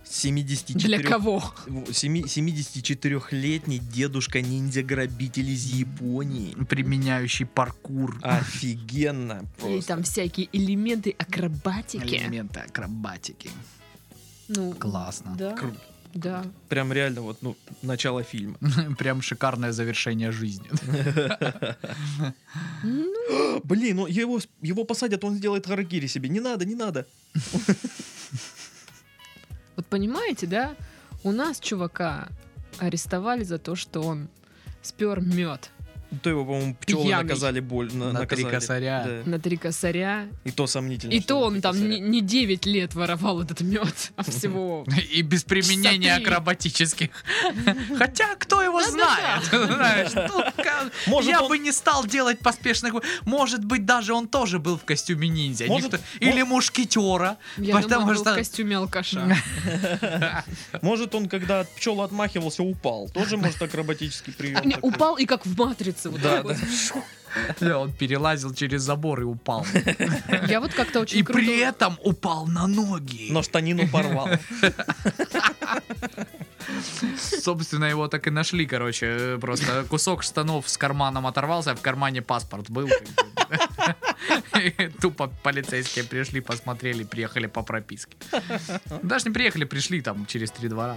Speaker 3: 74
Speaker 2: Для кого?
Speaker 3: в- семи- 74-летний дедушка-ниндзя-грабитель из Японии.
Speaker 1: Применяющий паркур
Speaker 3: Офигенно
Speaker 2: И
Speaker 3: просто.
Speaker 2: там всякие элементы акробатики.
Speaker 1: элементы акробатики.
Speaker 2: Ну,
Speaker 1: Классно.
Speaker 2: Да,
Speaker 3: Круто.
Speaker 2: да.
Speaker 3: Прям реально вот, ну, начало фильма.
Speaker 1: (laughs) Прям шикарное завершение
Speaker 2: (laughs)
Speaker 1: жизни.
Speaker 2: Ну,
Speaker 3: Блин, ну его, его посадят, он сделает харакири себе. Не надо, не надо.
Speaker 2: вот понимаете, да? У нас чувака арестовали за то, что он спер мед
Speaker 3: То его, по-моему, пчелы
Speaker 2: Пьяный.
Speaker 3: наказали больно.
Speaker 1: На три косаря.
Speaker 2: на три косаря.
Speaker 3: И то сомнительно.
Speaker 2: И
Speaker 3: что
Speaker 2: то
Speaker 3: на
Speaker 2: он
Speaker 3: три
Speaker 2: там
Speaker 3: косаря.
Speaker 2: не, не 9 лет воровал этот мед, а всего...
Speaker 1: И без применения
Speaker 2: Часа три.
Speaker 1: акробатических. (laughs) Хотя, кто его
Speaker 2: Да-да-да.
Speaker 1: знает? (laughs) Знаешь, тут ка-
Speaker 3: Может,
Speaker 1: Я
Speaker 3: он-
Speaker 1: бы не стал делать поспешных... вы- Может быть, даже он тоже был в костюме ниндзя.
Speaker 3: Может,
Speaker 1: Никто- Или мушкетера.
Speaker 2: Я
Speaker 1: Потому
Speaker 2: думала, был в
Speaker 1: что...
Speaker 2: костюме алкаша.
Speaker 1: (laughs)
Speaker 2: (laughs)
Speaker 3: Может, он, когда от пчел отмахивался, упал. Тоже, может, акробатический прием.
Speaker 2: А, Не,
Speaker 3: такой.
Speaker 2: упал и как в матрице. волосы. Вот
Speaker 3: Да,
Speaker 2: так вот.
Speaker 1: Да, Он перелазил через забор и (laughs) упал.
Speaker 2: Я вот как-то очень
Speaker 1: И
Speaker 2: круто...
Speaker 1: при этом упал на ноги.
Speaker 3: Но штанину
Speaker 2: (laughs)
Speaker 3: порвал.
Speaker 1: Собственно, его так и нашли, короче. э, Просто кусок штанов с карманом оторвался, а в кармане паспорт был. как бы. (laughs) И Тупо полицейские пришли, посмотрели, приехали по прописке. Даже не приехали, пришли там через три двора.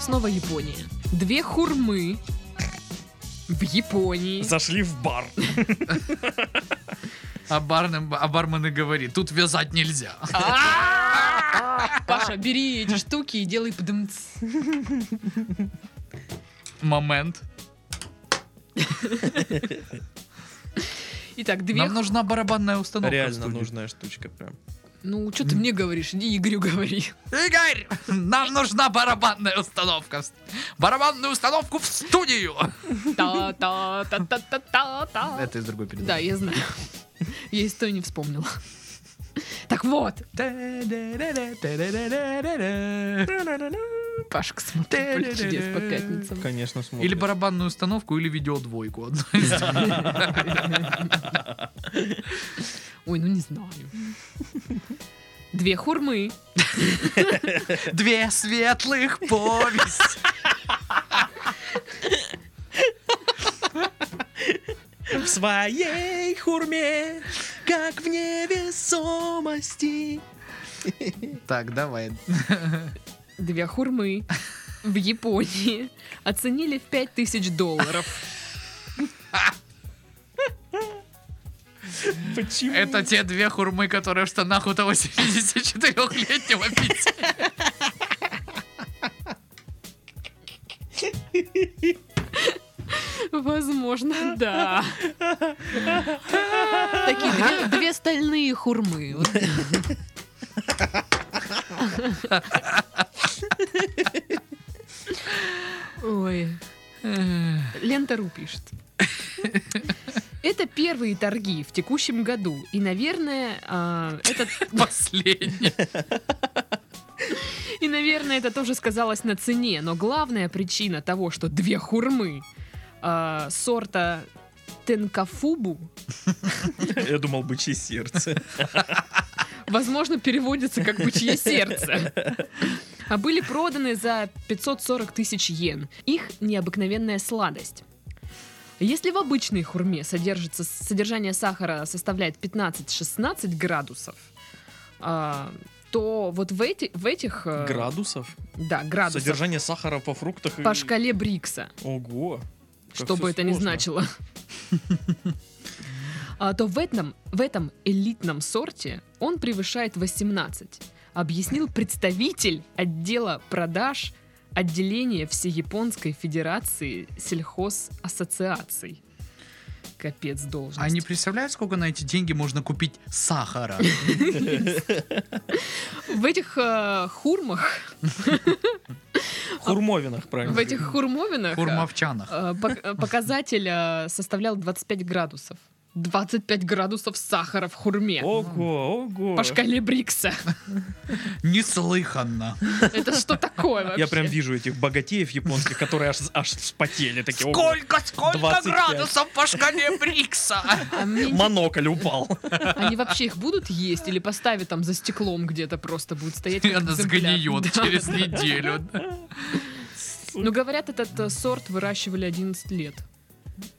Speaker 2: Снова Япония. Две хурмы в Японии.
Speaker 3: Зашли в бар.
Speaker 1: А, барным, а бармен и говорит, тут вязать нельзя. (laughs)
Speaker 2: Паша, бери эти штуки и делай подымц.
Speaker 1: Момент.
Speaker 2: Итак, две...
Speaker 1: Нам нужна барабанная установка. в
Speaker 3: Реально
Speaker 1: студию.
Speaker 3: нужная штучка прям.
Speaker 2: Ну, что ты мне говоришь? Иди
Speaker 1: (laughs)
Speaker 2: Игорю говори.
Speaker 1: Игорь, нам нужна барабанная установка. Барабанную установку в студию.
Speaker 2: Та-та-та-та-та-та.
Speaker 1: Это из другой передачи.
Speaker 2: Да, я знаю. Я историю не вспомнила. Так вот, Пашка смотрит «Поле чудес» по пятницам.
Speaker 3: Конечно, смотрит.
Speaker 1: Или барабанную установку, или видеодвойку. (laughs) Одно из двух.
Speaker 2: Ой, ну не знаю. Две хурмы.
Speaker 1: Две светлых (laughs) повесть.
Speaker 3: В своей хурме, как в невесомости.
Speaker 1: Так, давай.
Speaker 2: Две хурмы в Японии оценили в 5000 долларов.
Speaker 3: Почему?
Speaker 1: Это (laughs) те две хурмы, которые в штанах у того 74-летнего пить.
Speaker 2: Возможно, да. Такие две, две стальные хурмы. Вот. Ой. Лента Ру пишет. Это первые торги в текущем году. И, наверное, а, это,
Speaker 1: Последний.
Speaker 2: (laughs) и, наверное, это тоже сказалось на цене. Но главная причина того, что две хурмы а, сорта Тенкафубу,
Speaker 3: Я думал, бычье сердце.
Speaker 2: возможно, переводится как «бычье сердце». А были проданы за 540 тысяч йен. Их необыкновенная сладость. Если в обычной хурме содержится, содержание сахара составляет 15-16 градусов, а, то вот в, эти, в этих... э,
Speaker 3: Градусов?
Speaker 2: Да, градусов.
Speaker 3: Содержание сахара по фруктах. и-
Speaker 2: По шкале Брикса.
Speaker 3: Ого. Как
Speaker 2: что
Speaker 3: всё
Speaker 2: бы это ни
Speaker 3: сложно.
Speaker 2: значило. А, то в этом, в этом элитном сорте он превышает 18, объяснил представитель отдела продаж отделения Всеяпонской Федерации сельхозассоциаций. Капец должность.
Speaker 1: Они представляют, сколько на эти деньги можно купить (laughs) сахара?
Speaker 2: В этих э, хурмах,
Speaker 3: Хурмовинах, правильно.
Speaker 2: в этих хурмовинах э,
Speaker 1: Хурмовчанах.
Speaker 2: э, пок- э, показатель э, составлял 25 градусов. 25 градусов сахара в хурме.
Speaker 3: Ого, ого.
Speaker 2: По шкале Брикса.
Speaker 1: Неслыханно.
Speaker 2: Это что такое вообще?
Speaker 3: Я прям вижу этих богатеев японских, которые аж, аж вспотели. Такие, ого.
Speaker 1: Сколько, сколько
Speaker 3: 25.
Speaker 1: градусов по шкале Брикса?
Speaker 2: А мне интересно,
Speaker 3: Монокль упал. (laughs)
Speaker 2: Они вообще их будут есть или поставят там за стеклом где-то просто будет стоять?
Speaker 1: И
Speaker 2: как
Speaker 1: она
Speaker 2: экземпляр?
Speaker 1: сгниет
Speaker 2: Да.
Speaker 1: через неделю.
Speaker 2: Ну, говорят, этот э, сорт выращивали 11 лет.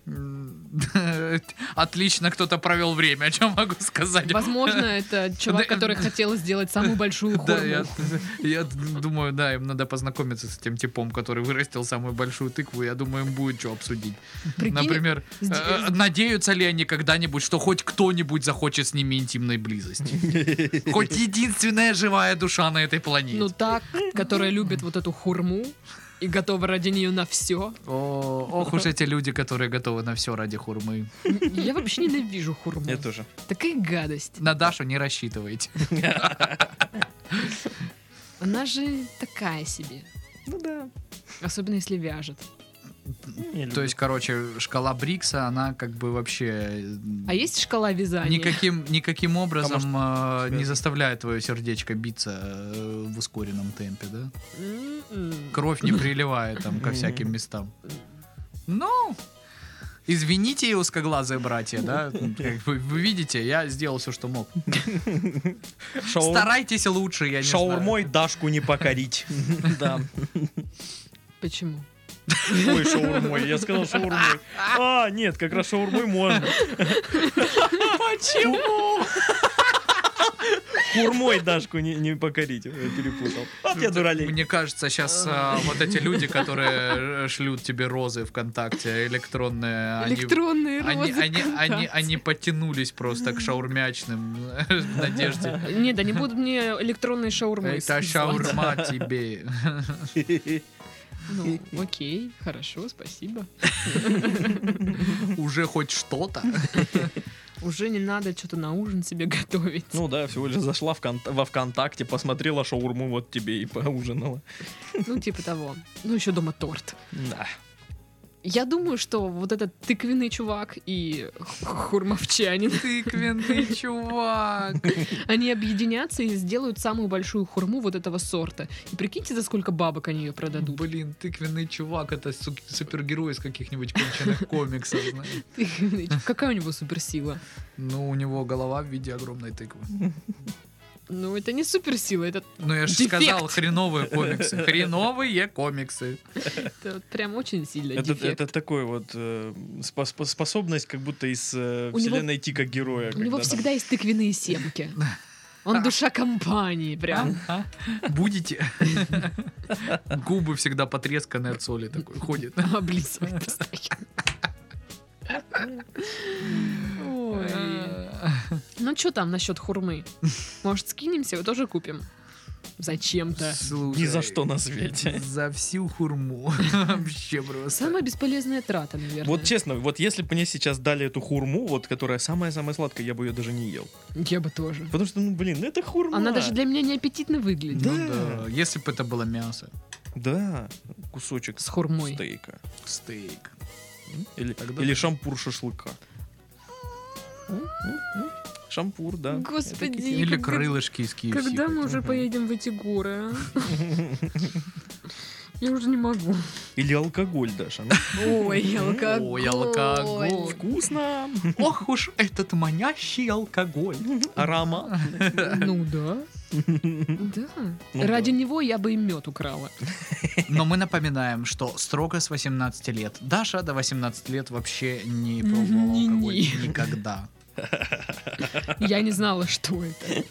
Speaker 1: М, (laughs) Отлично кто-то провел время, о чем могу сказать.
Speaker 2: Возможно, это чувак,
Speaker 1: Да, э,
Speaker 2: который хотел сделать самую большую
Speaker 1: Да, я,
Speaker 2: хурму.
Speaker 1: я думаю, да, им надо познакомиться с тем типом, который вырастил самую большую тыкву. Я думаю, им будет что обсудить.
Speaker 2: Прикинь,
Speaker 1: Например,
Speaker 2: с-
Speaker 1: э, надеются ли они когда-нибудь, что хоть кто-нибудь захочет с ними интимной близости? (laughs) Хоть единственная живая душа на этой
Speaker 2: Ну,
Speaker 1: планете.
Speaker 2: так, которая любит вот эту хурму и готова ради нее на все.
Speaker 1: О, Ох уж эти люди, которые готовы на все ради хурмы.
Speaker 2: Я вообще ненавижу хурму.
Speaker 3: Я тоже.
Speaker 2: Такая гадость.
Speaker 1: На Дашу не рассчитывайте.
Speaker 2: Она же такая себе.
Speaker 3: Ну да.
Speaker 2: Особенно если вяжет.
Speaker 3: Не
Speaker 1: То
Speaker 3: люблю.
Speaker 1: есть, короче, шкала Брикса, она как бы вообще э,
Speaker 2: А есть шкала вязания?
Speaker 1: никаким, никаким образом э,
Speaker 3: тебя-
Speaker 1: не заставляет твое сердечко биться э, в ускоренном темпе, да?
Speaker 2: М-м.
Speaker 1: Кровь не приливает там ко всяким местам. Ну, извините, узкоглазые братья, да? Как бы Вы видите, я сделал все, что мог.
Speaker 3: Шау-
Speaker 1: Старайтесь лучше, я не знаю.
Speaker 3: Шаурмой Дашку не покорить. Да.
Speaker 2: Почему?
Speaker 3: Ой, шаурмой. Я сказал шаурмой. А, нет, как раз шаурмой можно.
Speaker 1: Почему?
Speaker 3: Курмой Дашку не, не покорить. Я перепутал. Вот я дуралей.
Speaker 1: Мне кажется, сейчас вот эти люди, которые э, шлют тебе розы ВКонтакте, электронные, они-
Speaker 2: Электронные
Speaker 1: они,
Speaker 2: розы
Speaker 1: они, они,
Speaker 2: ВКонтакте.
Speaker 1: они потянулись просто к шаурмячным (laughs) э, в надежде.
Speaker 2: Нет, они будут мне электронные шаурмы.
Speaker 1: Это
Speaker 2: слать.
Speaker 1: шаурма тебе.
Speaker 2: Ну, окей, хорошо, спасибо.
Speaker 1: Уже хоть что-то.
Speaker 2: Уже не надо что-то на ужин себе (laughs) готовить.
Speaker 3: Ну да, всего лишь зашла в кон- во ВКонтакте, посмотрела шаурму вот тебе и поужинала.
Speaker 2: Ну, типа того. Ну, еще дома торт.
Speaker 3: Да.
Speaker 2: Я думаю, что вот этот тыквенный чувак и х- хурмовчанин, (laughs)
Speaker 1: Тыквенный чувак.
Speaker 2: они объединятся и сделают самую большую хурму вот этого сорта. И прикиньте, за сколько бабок они ее продадут.
Speaker 1: Блин, тыквенный чувак, это су- супергерой из каких-нибудь конченых комиксов. знаешь.
Speaker 2: Тыквенный чу- Какая у него суперсила?
Speaker 1: Ну, у него голова в виде огромной тыквы.
Speaker 2: Ну, это не суперсила, это,
Speaker 1: Ну, я же
Speaker 2: Дефект.
Speaker 1: сказал, хреновые комиксы. Хреновые комиксы.
Speaker 2: это вот прям очень сильно
Speaker 3: Это,
Speaker 2: дефект.
Speaker 3: это такой вот э, спо- спо- способность, как будто из э,
Speaker 2: У него-
Speaker 3: вселенной Тика героя.
Speaker 2: У него
Speaker 3: когда там-
Speaker 2: всегда есть тыквенные
Speaker 3: (laughs)
Speaker 2: семки. Он душа компании прям.
Speaker 1: А? Будете? Губы всегда потресканные от соли такой ходит.
Speaker 2: Облизывает постоянно.
Speaker 3: А.
Speaker 2: Ой. Ну что там насчет хурмы? Может, скинемся, и тоже купим? Зачем-то.
Speaker 1: Слушай,
Speaker 3: Ни за что на свете.
Speaker 1: За всю хурму. Вообще просто.
Speaker 2: Самая бесполезная трата, наверное.
Speaker 3: Вот честно, вот если бы мне сейчас дали эту хурму, вот которая самая-самая сладкая, я бы ее даже не ел.
Speaker 2: Я бы тоже.
Speaker 3: Потому что, ну блин, это хурма.
Speaker 2: Она даже для меня неаппетитно выглядит.
Speaker 3: Да.
Speaker 1: Ну да, если бы это было мясо.
Speaker 3: Да, кусочек
Speaker 2: С хурмой.
Speaker 3: стейка.
Speaker 1: Стейк.
Speaker 3: М? Или,
Speaker 1: Тогда
Speaker 3: или
Speaker 1: да.
Speaker 3: шампур шашлыка. М? М? М? Шампур, да.
Speaker 2: Господи. И
Speaker 1: Или
Speaker 2: когда-
Speaker 1: крылышки из KFC.
Speaker 2: Когда мы уже
Speaker 3: Мгм.
Speaker 2: поедем в эти
Speaker 3: (laughs)
Speaker 2: горы, а? Я уже не могу.
Speaker 3: Или алкоголь, Даша. Ну,
Speaker 2: Ой, алкоголь.
Speaker 1: Ой, алкоголь.
Speaker 3: (laughs) Вкусно.
Speaker 1: Ох уж этот манящий алкоголь.
Speaker 3: Арама.
Speaker 2: (laughs) Ну да. Да.
Speaker 3: Ну
Speaker 2: Ради
Speaker 3: да.
Speaker 2: него я бы и мед украла.
Speaker 1: Но мы напоминаем, что строго с 18 лет. Даша до 18 лет вообще не
Speaker 2: М-м-м.
Speaker 1: пробовала
Speaker 2: Не-не.
Speaker 1: алкоголь никогда.
Speaker 2: Я не знала, что это.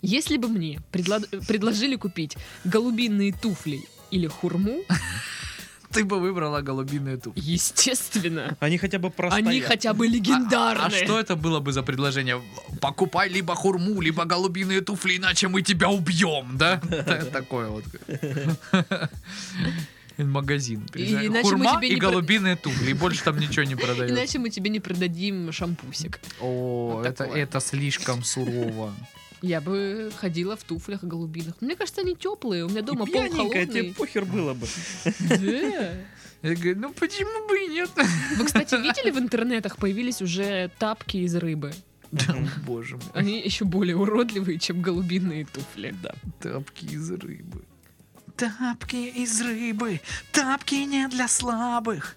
Speaker 2: Если бы мне предлад- предложили купить голубиные туфли или хурму,
Speaker 1: Ты бы выбрала голубиную туфлю.
Speaker 2: естественно,
Speaker 3: Они хотя бы простоят.
Speaker 2: они хотя бы
Speaker 1: А,
Speaker 2: легендарные.
Speaker 1: а что это было бы за предложение? Покупай либо хурму, либо голубиные туфли, иначе мы тебя убьем, да? Та- Такое вот. (laughs) Магазин. приезжай.
Speaker 2: иначе мы
Speaker 1: Хурма
Speaker 2: тебе
Speaker 1: и
Speaker 2: не про-
Speaker 1: голубиные туфли, и больше там ничего
Speaker 2: (laughs)
Speaker 1: не продается.
Speaker 2: Иначе мы тебе не продадим шампусик.
Speaker 1: О,
Speaker 2: Вот
Speaker 1: это
Speaker 2: такое.
Speaker 1: это слишком сурово.
Speaker 2: Я бы ходила в туфлях голубиных. Мне кажется, они теплые. У меня дома
Speaker 3: И
Speaker 2: пол
Speaker 3: пьяненькая, типа. тебе
Speaker 2: холодный.
Speaker 3: похер было бы.
Speaker 2: Да.
Speaker 1: Я говорю, ну почему бы и нет?
Speaker 2: Вы, кстати, видели в интернетах появились уже тапки из рыбы.
Speaker 1: (laughs) Боже мой,
Speaker 2: Они еще более уродливые, чем голубиные туфли.
Speaker 3: Да.
Speaker 1: тапки из рыбы. Тапки из рыбы, тапки не для слабых.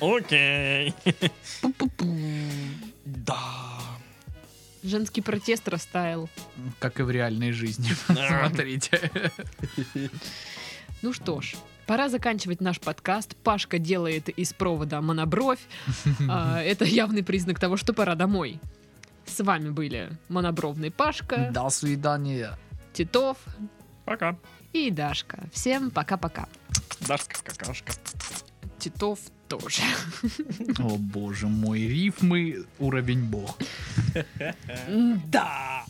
Speaker 3: Окей.
Speaker 2: Пу-пу-пу.
Speaker 3: Да.
Speaker 2: (laughs) Женский протест растаял.
Speaker 1: Как и в реальной жизни, (laughs)
Speaker 3: Да.
Speaker 1: смотрите.
Speaker 2: Ну что ж, пора заканчивать наш подкаст. Пашка делает из провода (laughs) монобровь. А, Это явный признак того, что пора домой. С вами были монобровный Пашка,
Speaker 1: До свидания.
Speaker 2: Титов
Speaker 3: Пока.
Speaker 2: и Дашка. Всем пока-пока.
Speaker 3: Дашка какашка.
Speaker 2: Титов тоже.
Speaker 1: О боже мой, рифмы, уровень бог.
Speaker 2: Да.